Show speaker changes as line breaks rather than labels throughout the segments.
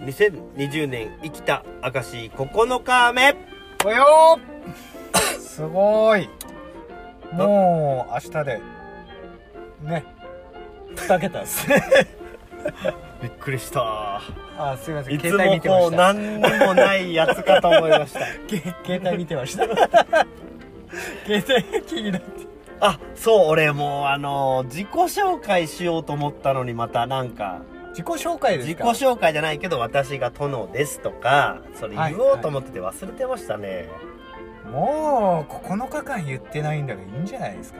2020年生きた証9日目
およーすごーいもう明日でね2桁ですね
びっくりした
あすいませ
い
ん
つ
携帯
も
見てま
こ
し
う
た
何にもないやつかと思いました
け携帯見て ました携帯が気になって
あそう俺もうあの自己紹介しようと思ったのにまたなんか
自己紹介で
自
す
己
か
紹介じゃないけど私が殿ですとかそれ言おうと思ってて忘れてましたね、
もう9日間言ってないんだからいいんじゃないですか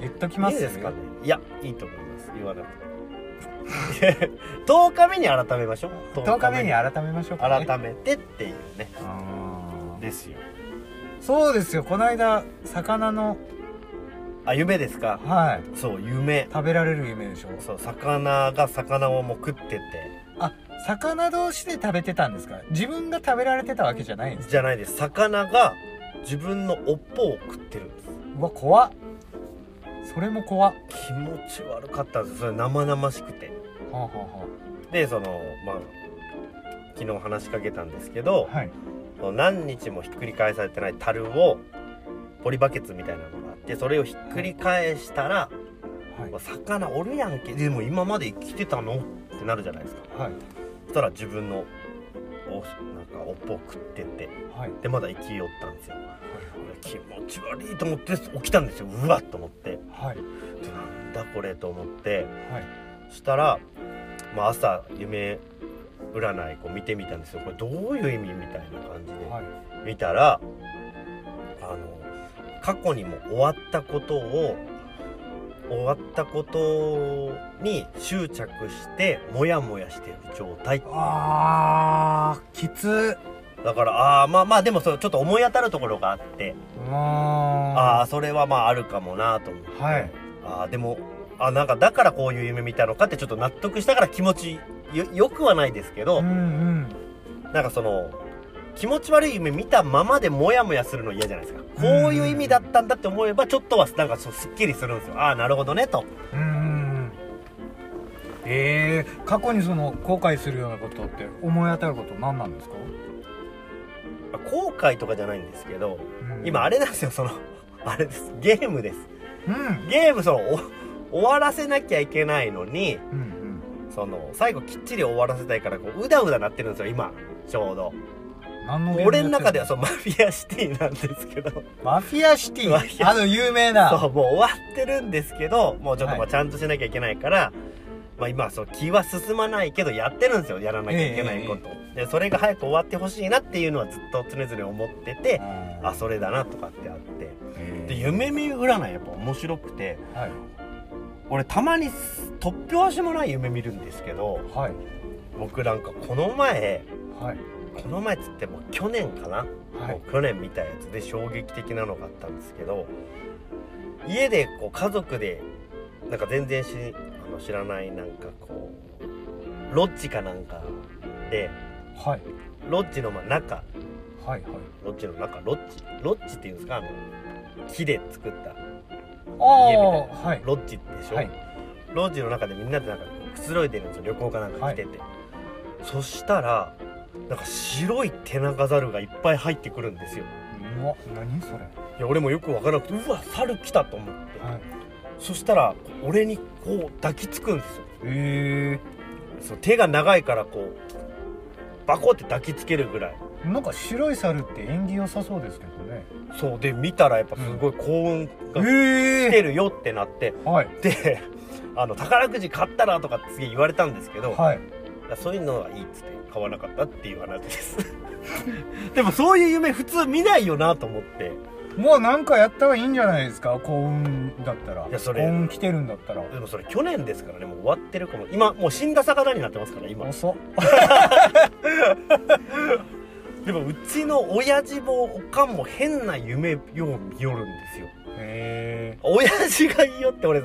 言っときます
いいですかねいやいいと思います言わな くて10日目に改めましょう
10日目に改めましょうか、ね、
改めてっていうね
うん
ですよ
そうですよこの間魚の
あ夢ですか
はい
そう夢
食べられる夢でしょ
そう魚が魚をもう食ってて
あ魚同士で食べてたんですか自分が食べられてたわけじゃないんです
じゃないです魚が自分の尾っぽを食ってるんです
うわ怖っそれも怖っ
気持ち悪かったんですよそれ生々しくて
はあ、は
でそのまあ昨日話しかけたんですけど、
あはあ、はい
その何日もひっくり返されてない樽をポリバケツみたいなのがあってそれをひっくり返したら
はい
まあ魚おるやんけでも今まで生きてたのってなるじゃないですか
はい
そしたら自分のおなんかおっぽを食ってて
はい
でまだ生きよったんですよ俺気持ち悪いと思って起きたんですようわっと思って
はい
でなんだこれと思って
はい
そしたら、まあ、朝夢占いこう見てみたんですよこれどういう意味みたいな感じで
はい
見たらあの過去にも終わったことを終わったことに執着してモヤモヤしてる状態
あーきつう
だからあーまあまあでもそうちょっと思い当たるところがあって
ーん
ああ
あ
それはまああるかもなと思って、
はい
ああでもあなんかだからこういう夢見たのかってちょっと納得したから気持ちよよくはないですけど、
うんうん
なんかその気持ち悪い夢見たままでモヤモヤするの嫌じゃないですかこういう意味だったんだって思えばちょっとはなんかそうすっきりするんですよああなるほどねと
うんうんうんえー、過去にその後悔するようなことって思い当たること何なんですか、
後悔とかじゃないんですけど
うん
今あれなんですよそのあれですゲームです
うん
ゲームそのお終わらせなきゃいけないのに
うん
その最後きっちり終わらせたいからこううだうだなってるんですよ今ちょうど
うん何のゲームやってん
俺の中ではそうマフィアシティなんですけど
マフィアシテ
マフィ
ィ
ア
あの有名な
そうもう終わってるんですけどもうちょっとま
は
あ
い
ちゃんとしなきゃいけないから、まあ、今はそう気は進まないけどやってるんですよやらなきゃいけないこと、でそれが早く終わってほしいなっていうのはずっと常々思ってて、あそれだなとかってあってで夢見占いやっぱ面白くて
はい
俺たまに突拍子もない夢見るんですけど
はい
僕なんかこの前
はい
この前っつっても去年かな
は
も
いう
去年見たやつで衝撃的なのがあったんですけど家でこう家族でなんか全然しあの知らないなんかこうロッジかなんかで
はい
ロッジのまあ中
はいはい
ロッジの中ロッジロッジっていうんですかあの木で作った
あ
家み
あはい
ロッジでしょ、
はい
ロッジの中でみんなでなんかこうくつろいでるんですよ旅行かなんか来てて、そしたらなんか白いテナガザルがいっぱい入ってくるんですよ
うわ何それ
いや俺もよくわからなくてうわ猿来たと思って、
はい
そしたら俺にこう抱きつくんですよ
え
そう手が長いからこうバコって抱きつけるぐらい
えなんか白い猿って縁起良さそうですけどね
そうで見たらやっぱすごい幸運が来て
え
るよってなって、
はい
であの宝くじ買ったらとかって次言われたんですけど、
はい
いやそういうのはいいっつって買わなかったっていう話です でもそういう夢普通見ないよなと思って
もうなんかやったらいいんじゃないですか幸運だったら
いやそ
幸
れ
運来てるんだったら
でもそれ去年ですからねもう終わってるかも今もう死んだ魚になってますから今
遅っ
でもうちの親父もおかんも変な夢を見よるんですよ
へ
親父が言いよって俺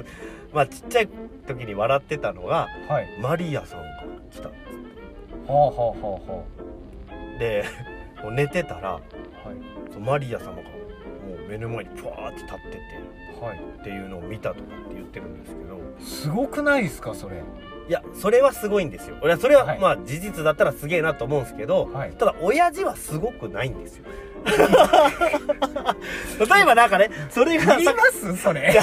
まあちっちゃい時に笑ってたのが
えはい
マリアさんが来たんで
はあはあはあは
すでもう寝てたら
あはい
そのマリア様がもう目の前にふわーって立ってて
はい
っていうのを見たとかって言ってるんですけど
すごくないですかそれ
いやそれはすごいんですよ俺はそれは、
はい
まあ事実だったらすげえなと思うんですけど、
はい
ただ親父はすごくないんですよ 例えばなんかねそれが
見
さ
ますそ
いや
れ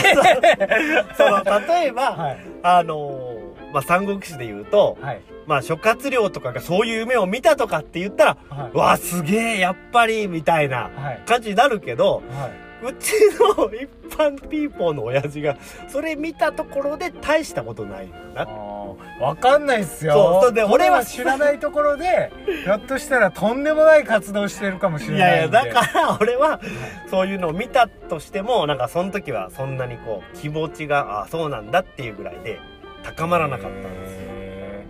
そのその例えば、
はい
あのーまあ、三国志で言うと、
はい
まあ、諸葛亮とかがそういう夢を見たとかって言ったら、
はい
わあ、すげえ、やっぱり、みたいな
はい
感じになるけど、
は
うちの一般ピーポーの親父が、それ見たところで大したことない
あ
な。
ーわかんないっすよ
そうそうで
俺
俺
は
は
知らないとこ ろでひょっとしたらとんでもない活動してるかもし
い
れない
やいや、
んで
だから俺は、そういうのを見たとしても、なんかその時はそんなにこう、気持ちが、ああ、そうなんだっていうぐらいで、高まらなかったんですよ。
へ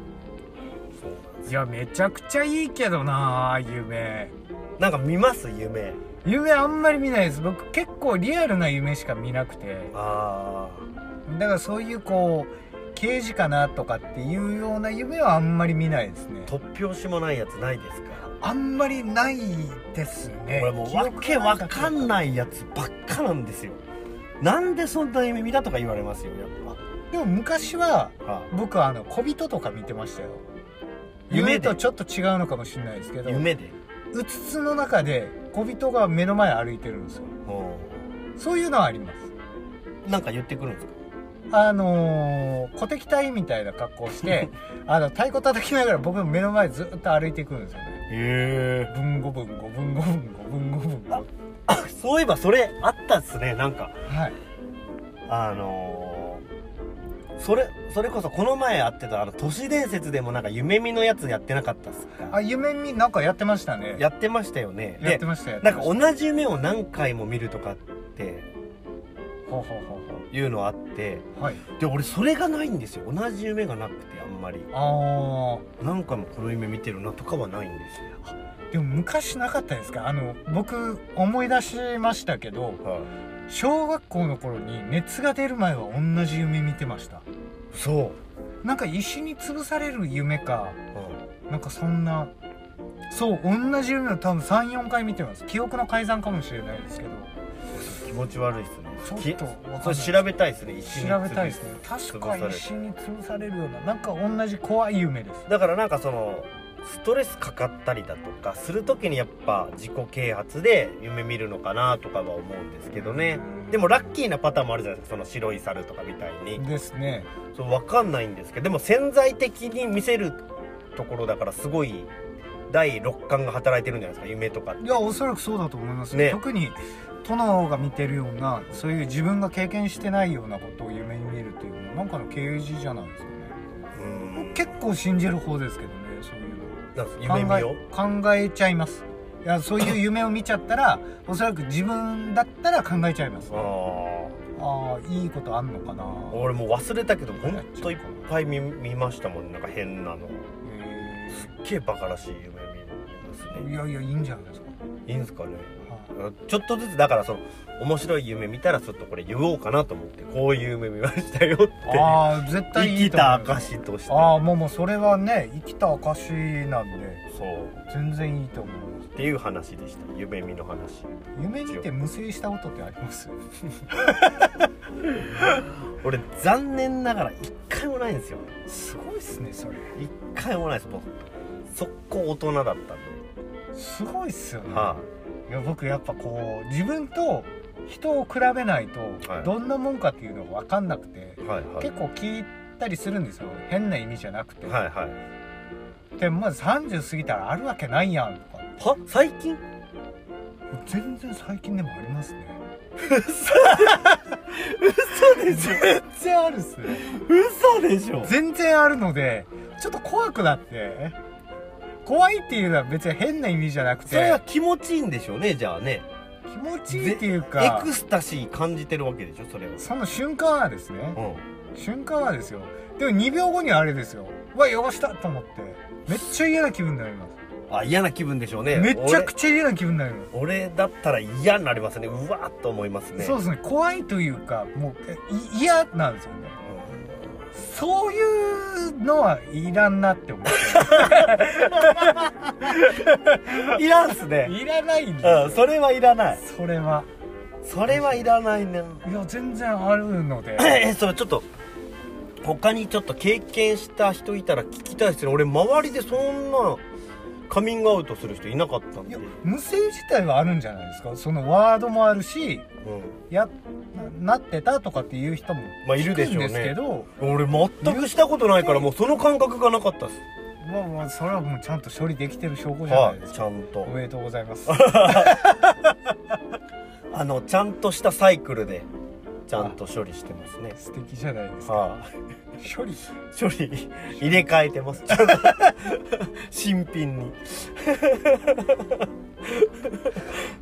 そう
ーいやめちゃくちゃいいけどな夢
なんか見ます夢。
夢あんまり見ないです僕結構リアルな夢しか見なくて
あ
だからそういうこう刑事かなとかっていうような夢はあんまり見ないですね
あ、突拍子もないやつないですか
あんまりないですね
俺もう
記憶
わけわかん
い
ないやつばっかなんですよなんでそんな夢見たとか言われますよやっ
でも昔は
ぱあ
僕あの小人とか見てましたよ夢
夢で
とちょっと違うのかもしれないですけど
夢で
うつつの中で小人が目の前歩いてるんですよそういうのはあります
なんか言ってくるんですか
あのー、小敵隊みたいな格好をして あの太鼓叩きながら僕の目の前ずっと歩いていくんですよね
へえ
ブンゴブンゴブンゴブンゴブンゴブンゴ
そういえばそれあったっすねなんか
はい
あのーそれそれこそこの前会ってたあの都市伝説でもなんか夢見のやつやってなかったっす
あ
か
夢見なんかやってましたね
やってましたよね
やっ
で
てましたよ
なんか同じ夢を何回も見るとかって
ほうほうほうほ
いうのあって
うはい
で俺それがないんですよ同じ夢がなくてあんまり
あ
何回もこの夢見てるなとかはないんですよ
ーでも昔なかったですかあの僕思い出しましたけど小学校の頃に熱が出る前は同じ夢見てました
そう、
なんか石に潰される夢かなんかそんなそう同じ夢を多分34回見てます記憶の改ざんかもしれないですけど
気持ち悪いっすね
ちょっとわかんない
きそれ調べたいっすね一緒に
調べたいですね確か石に潰されるようななんか同じ怖い夢です
だからなんかそのストレスかかったりだとかする時にやっぱ自己啓発で夢見るのかなとかは思うんですけどねでもラッキーなパターンもあるじゃないですかその白い猿とかみたいに
ですね
そう分かんないんですけどでも潜在的に見せるところだからすごい第六感が働いてるんじゃないですか夢とかって
いやおそらくそうだと思います、ね、
ね
特に殿が見てるようなそういう自分が経験してないようなことを夢に見るっていうのなんかの刑事じゃないですかね
うん
結構信じる方ですけどねそういうの
なんか
考
夢見よう
え考えちゃいますいやそういう夢を見ちゃったらおそらく自分だったら考えちゃいます、あ
あ
あいいことあんのかな
あ俺もう忘れたけどほんといっぱい見見ましたもんなんか変なのすっげえバカらしい夢見ます
えーい
ね
やいやいいんじゃないですか、
いいんすかね
はい
ちょっとずつだからその面白い夢見たらちょっとこれ言おうかなと思ってこういう夢見ましたよって
ああ絶対
生
いい
き
と思い
た
ます
証として
あ
そ
あもうもうそれはね生きた証なんで
う
全然いいと思いま
っ
す
ていう話でした夢見の話
夢見て無声したことってあります
俺残念ながら一回もないんですよ
すごいっすねそれ
一回もないですもう速攻大人だったんで、
すごいっすよね、
はい
や僕やっぱこう自分と人を比べないと
はい
どんなもんかっていうのが分かんなくて、
いはいはい
結構聞いたりするんですよ変な意味じゃなくて、
はいはい
でもまず30過ぎたらあるわけないやんとか
は最近
全然最近でもありますね
嘘で
全然あるっすね
嘘でしょ
全然あるのでちょっと怖くなって怖いっていうのは別に変な意味じゃなく
それは
て
気持ちいいんでしょうねじゃあね
気持ちいいっていう
エ
か
クスタシー感じてるわけでしょそれは
その瞬間はですね
うん
瞬間はですよでも2秒後にはあれですようわ汚したと思ってめっちゃ嫌な気分になります
あ嫌な気分でしょうね
めちゃくちゃ嫌な気分になります
俺俺だったら嫌になりますねうわーっと思いますね
そうですね怖いというかもうえい嫌なんですよねそういうのはいらんなって思っ
うんいらんっすね
ていらないんです
うん
よ
それはいらない
それは
それはいらないな
いや全然あるので
えそれちょっと他にちょっと経験した人いたら聞きたいですね俺周りでそんなカミングアウトする人いなかったん
い
で
や無声自体はあるんじゃないですかそのワードもあるし
う
やななってたとかっていう人も
まあいるでしょうね
聞くんですけど、
ん、俺全くしたことないからもうその感覚がなかったです
まあまあそれはもうちゃんと処理できてる証拠じゃな
はい
で
い
す
ち
か、
ゃんと
おめでとうございます
あのちゃんとしたサイクルでちゃんと処理してますね
素敵じゃないですか
はい、
処理
処理入れ替えてます 新品に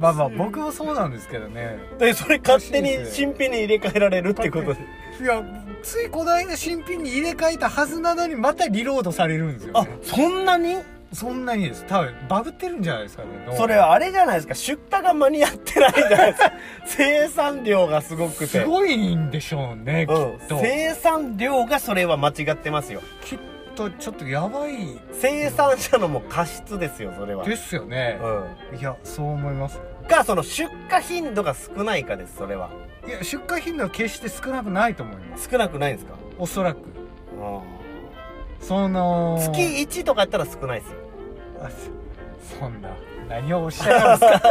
まあまあ僕もそうなんですけどね
でそれ勝手
欲しい
に
です
新品に入れ替えられるってことで
いやついこの間新品に入れ替えたはずなのにまたリロードされるんですよ、
あ
ね、
そんなに
そんなにです多分バグってるんじゃないですかね脳が
それはあれじゃないですか出荷が間に合ってないじゃないです か生産量がすごくて
すごいんでしょうねき
うん
っ、と、
生産量がそれは間違ってますよ
きっとちょっとやばい
生産者のもう過失ですよそれは、う
ですよね、
ん、
いやそう思います
かその出荷頻度が少ないかですそれはい
や出荷頻度は決して少なくないと思います
少なくないんですか
おそらくその
月1とかやったら少ないですよ
あそそんな何をおっしゃいますか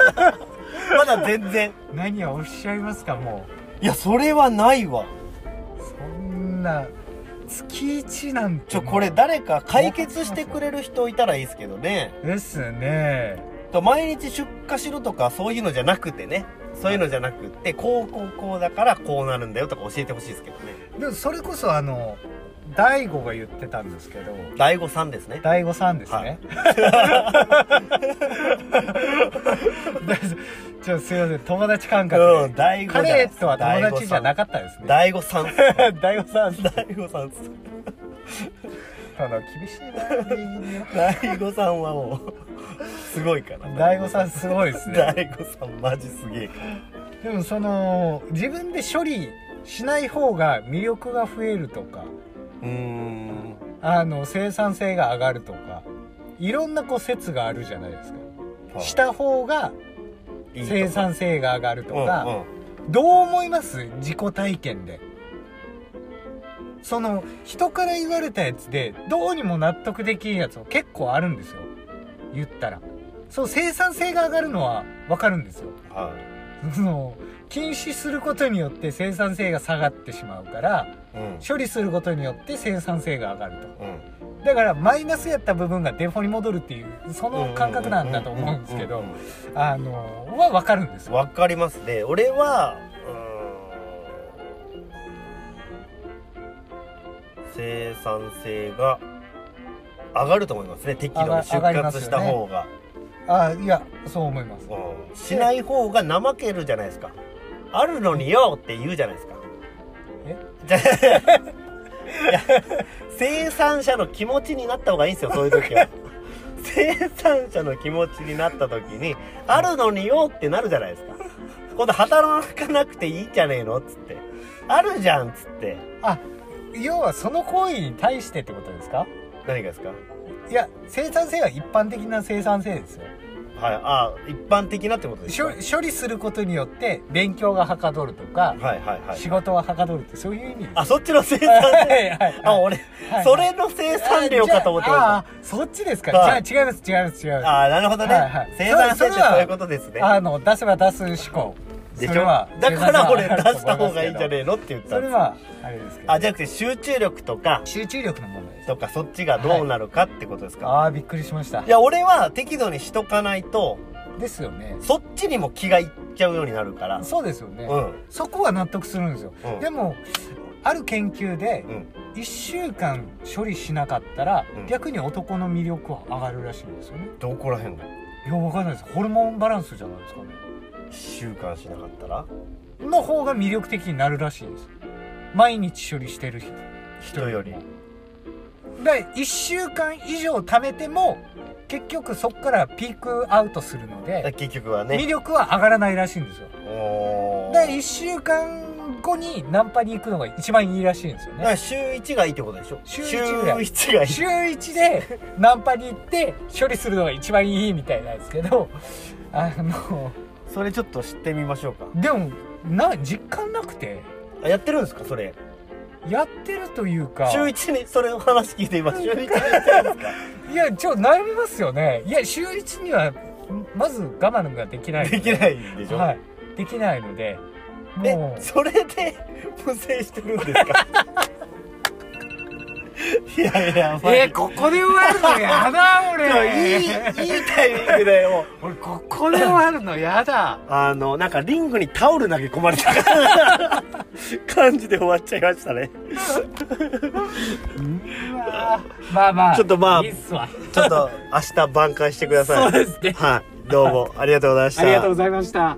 まだ全然
何をおっしゃいますかも
いやそれはないわ
うそんな月一なんて
ちょ
もう
これ誰か解決してくれる人いたらいいですけどね
ですね
と毎日出荷しろとかそういうのじゃなくてねそういうのじゃなくってこうこうこうだからこうなるんだよとか教えてほしいですけどね
でもそれこそあの大悟が言ってたんですけど
大悟さんですね
大悟さんです
は
ね、 じゃあすいません友達感覚で、
うん大悟じゃない
彼
です
とは友達じゃなかったですね
大悟 さん
大悟さん
大悟さんです
あの厳しいな礼儀には
大悟さんはもうすごいから
大悟さんすごいですね
大悟さんマジすげえから
でもその自分で処理しない方が魅力が増えるとか
うーん
あの生産性が上がるとかいろんなこう説があるじゃないですかした方が
いいとこ
生産性が上がるとか
うんうん
どう思います自己体験でその人から言われたやつでどうにも納得できんやつも結構あるんですよ言ったらそう生産性が上がるのはわかるんですよ
はい
その禁止することによって生産性が下がってしまうから
うん
処理することによって生産性が上がると
うん
だからマイナスやった部分がデフォに戻るっていうその感覚なんだと思うんですけ
うん
ど
うんうん
あのは分かるんですよ
わかりますね俺はうーん生産性が上がると思いますね適度
上が
に出
上がりますよ
荷し
ね
た方が、
あいやそう思います
うんしない方が怠けるじゃないですかあるのによって言うじゃないですか
え
じゃいや 生産者の気持ちになった方がいいんですよそういう 時は生産者の気持ちになった時にあるのによってなるじゃないですか今度働かなくていいんじゃねえのっつってあるじゃんっつって
あ要はその行為に対してってことですか
何がですかはい
いや生産性は一般的な生産性ですよ
あ一般的なってことです
処
か
処理することによって勉強がはかどると
は
か、
いはいはい
仕事ははかどるってそういう意味です
あそっちの生産
はい
性
はいはい
あ俺
はい
それの生産量かと思ってました
ああそっちですか、
はい
じゃあ違います違います違いま
ああなるほどね、
はいはい
生産性って
それそれは
そういうことですね
すあの出せば出す思考
でし
それ
ょ
は
だから俺出
生産性は上がると思いますけど
した方がいいんじゃねえのって言った
そ
んで
れ
す
はあれですけど
あじゃなくて集中力とか
集中力の問題です
とかそっちがどうなるかってことですか、
ああびっくりしました
い、や俺は適度にしとかないと
ですよね
そっちにも気がいっちゃうようになるから
そうですよね、
うん
そこは納得するんですよ、
うん
でもある研究で
うん
1週間処理しなかったら、
うん
逆に男の魅力は上がるらしいんですよね
どこら辺が
いやわかんないですホルモンバランスじゃないですかね
1週間しなかったら
の方が魅力的になるらしいです毎日処理してる人
人より
で1週間以上貯めても結局そこからピークアウトするので、
結局は
魅
ね
力は上がらないらしいんですよ
おー
で1週間後にナンパに行くのが一番いいらしいんですよ
だか
ね
ら週1がいいってことでしょ
週一ぐら
週
い
一がいい
週1でナンパに行って処理するのが一番いいみたいなんですけどあの
それちょっと知ってみましょうか
でもな実感なくて
あやってるんですかそれ
やってるというか
週一にそれを話聞いて今週一にやってるんですか
いやちょっと悩みますよねいや週一にはまず我慢ができない
できないんでしょ、
はい、できないので
え
もう
それで無制してるん ですかいやいや
えーここで終わるのやだ俺
いいいいタイミングだよ
俺ここで終わるのやだ
あのなんかリングにタオル投げ込まれた 感じで終わっちゃいましたね
うわーまあまあ
ちょっとまあ
いいっすわ
ちょっと明日挽回してください
そうですね
はいどうもありがとうございました
ありがとうございました